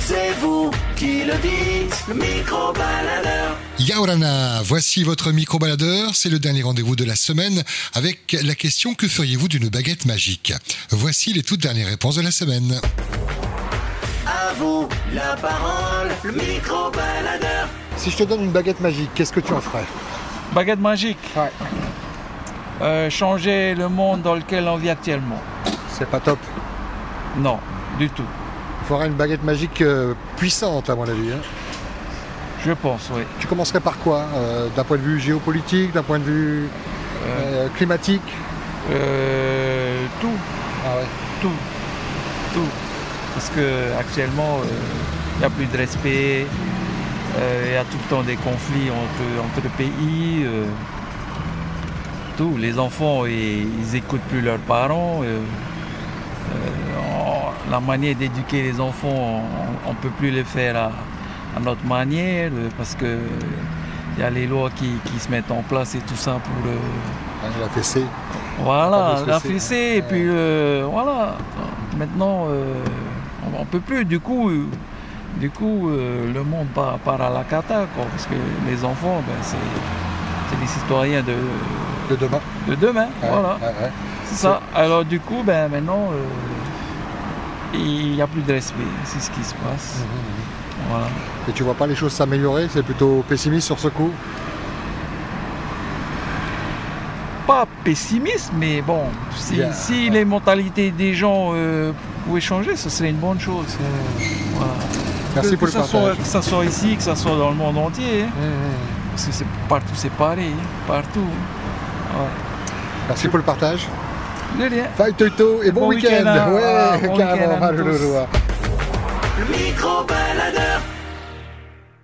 c'est vous qui le dites, le micro-baladeur. Yaurana, voici votre micro-baladeur. C'est le dernier rendez-vous de la semaine avec la question que feriez-vous d'une baguette magique Voici les toutes dernières réponses de la semaine. À vous la parole, le micro-baladeur. Si je te donne une baguette magique, qu'est-ce que tu en ferais Baguette magique. Ouais. Euh, changer le monde dans lequel on vit actuellement. C'est pas top. Non, du tout. Il faudrait une baguette magique euh, puissante, à mon avis. hein. Je pense, oui. Tu commencerais par quoi euh, D'un point de vue géopolitique, d'un point de vue euh, climatique Euh, tout, Ah ouais. tout, tout. Parce que actuellement, il n'y a plus de respect. Il y a tout le temps des conflits entre, entre pays. euh, tout. Les enfants, ils, ils écoutent plus leurs parents. euh, euh, on- la manière d'éduquer les enfants, on ne peut plus le faire à, à notre manière euh, parce que il y a les lois qui, qui se mettent en place et tout ça pour. euh, Hein, La fessée. Voilà, Fabrice la Lucet. fessée, et puis euh, voilà. Maintenant, euh, on- on peut plus. Du coup, euh, du coup euh, le monde part, part à la cata, quoi, parce que les enfants, ben, c'est c'est des citoyens de, de demain. de demain. Ouais, voilà, ouais, ouais. c'est ça. Alors, du coup, ben, maintenant, euh, il n'y a plus de respect, c'est ce qui se Mmh, passe. Voilà. Et tu vois pas les choses s'améliorer C'est plutôt pessimiste sur ce coup Pas pessimiste, mais bon, si, Bien, si ouais. les mentalités des gens euh, pouvaient changer, ce serait une bonne chose. Mmh. Voilà. Merci que, pour que le ça soit, partage. que ça soit ici, que ça soit dans le monde entier, hein, Mmh, mmh. parce que c'est partout, c'est pareil, hein, partout. Ouais. Merci pour le partage. De rien. Bye Toto et bon, Bon week-end. week-end à- ouais, à- bon week-end à carrément. nous tous. Hallelujah. Le micro-baladeur.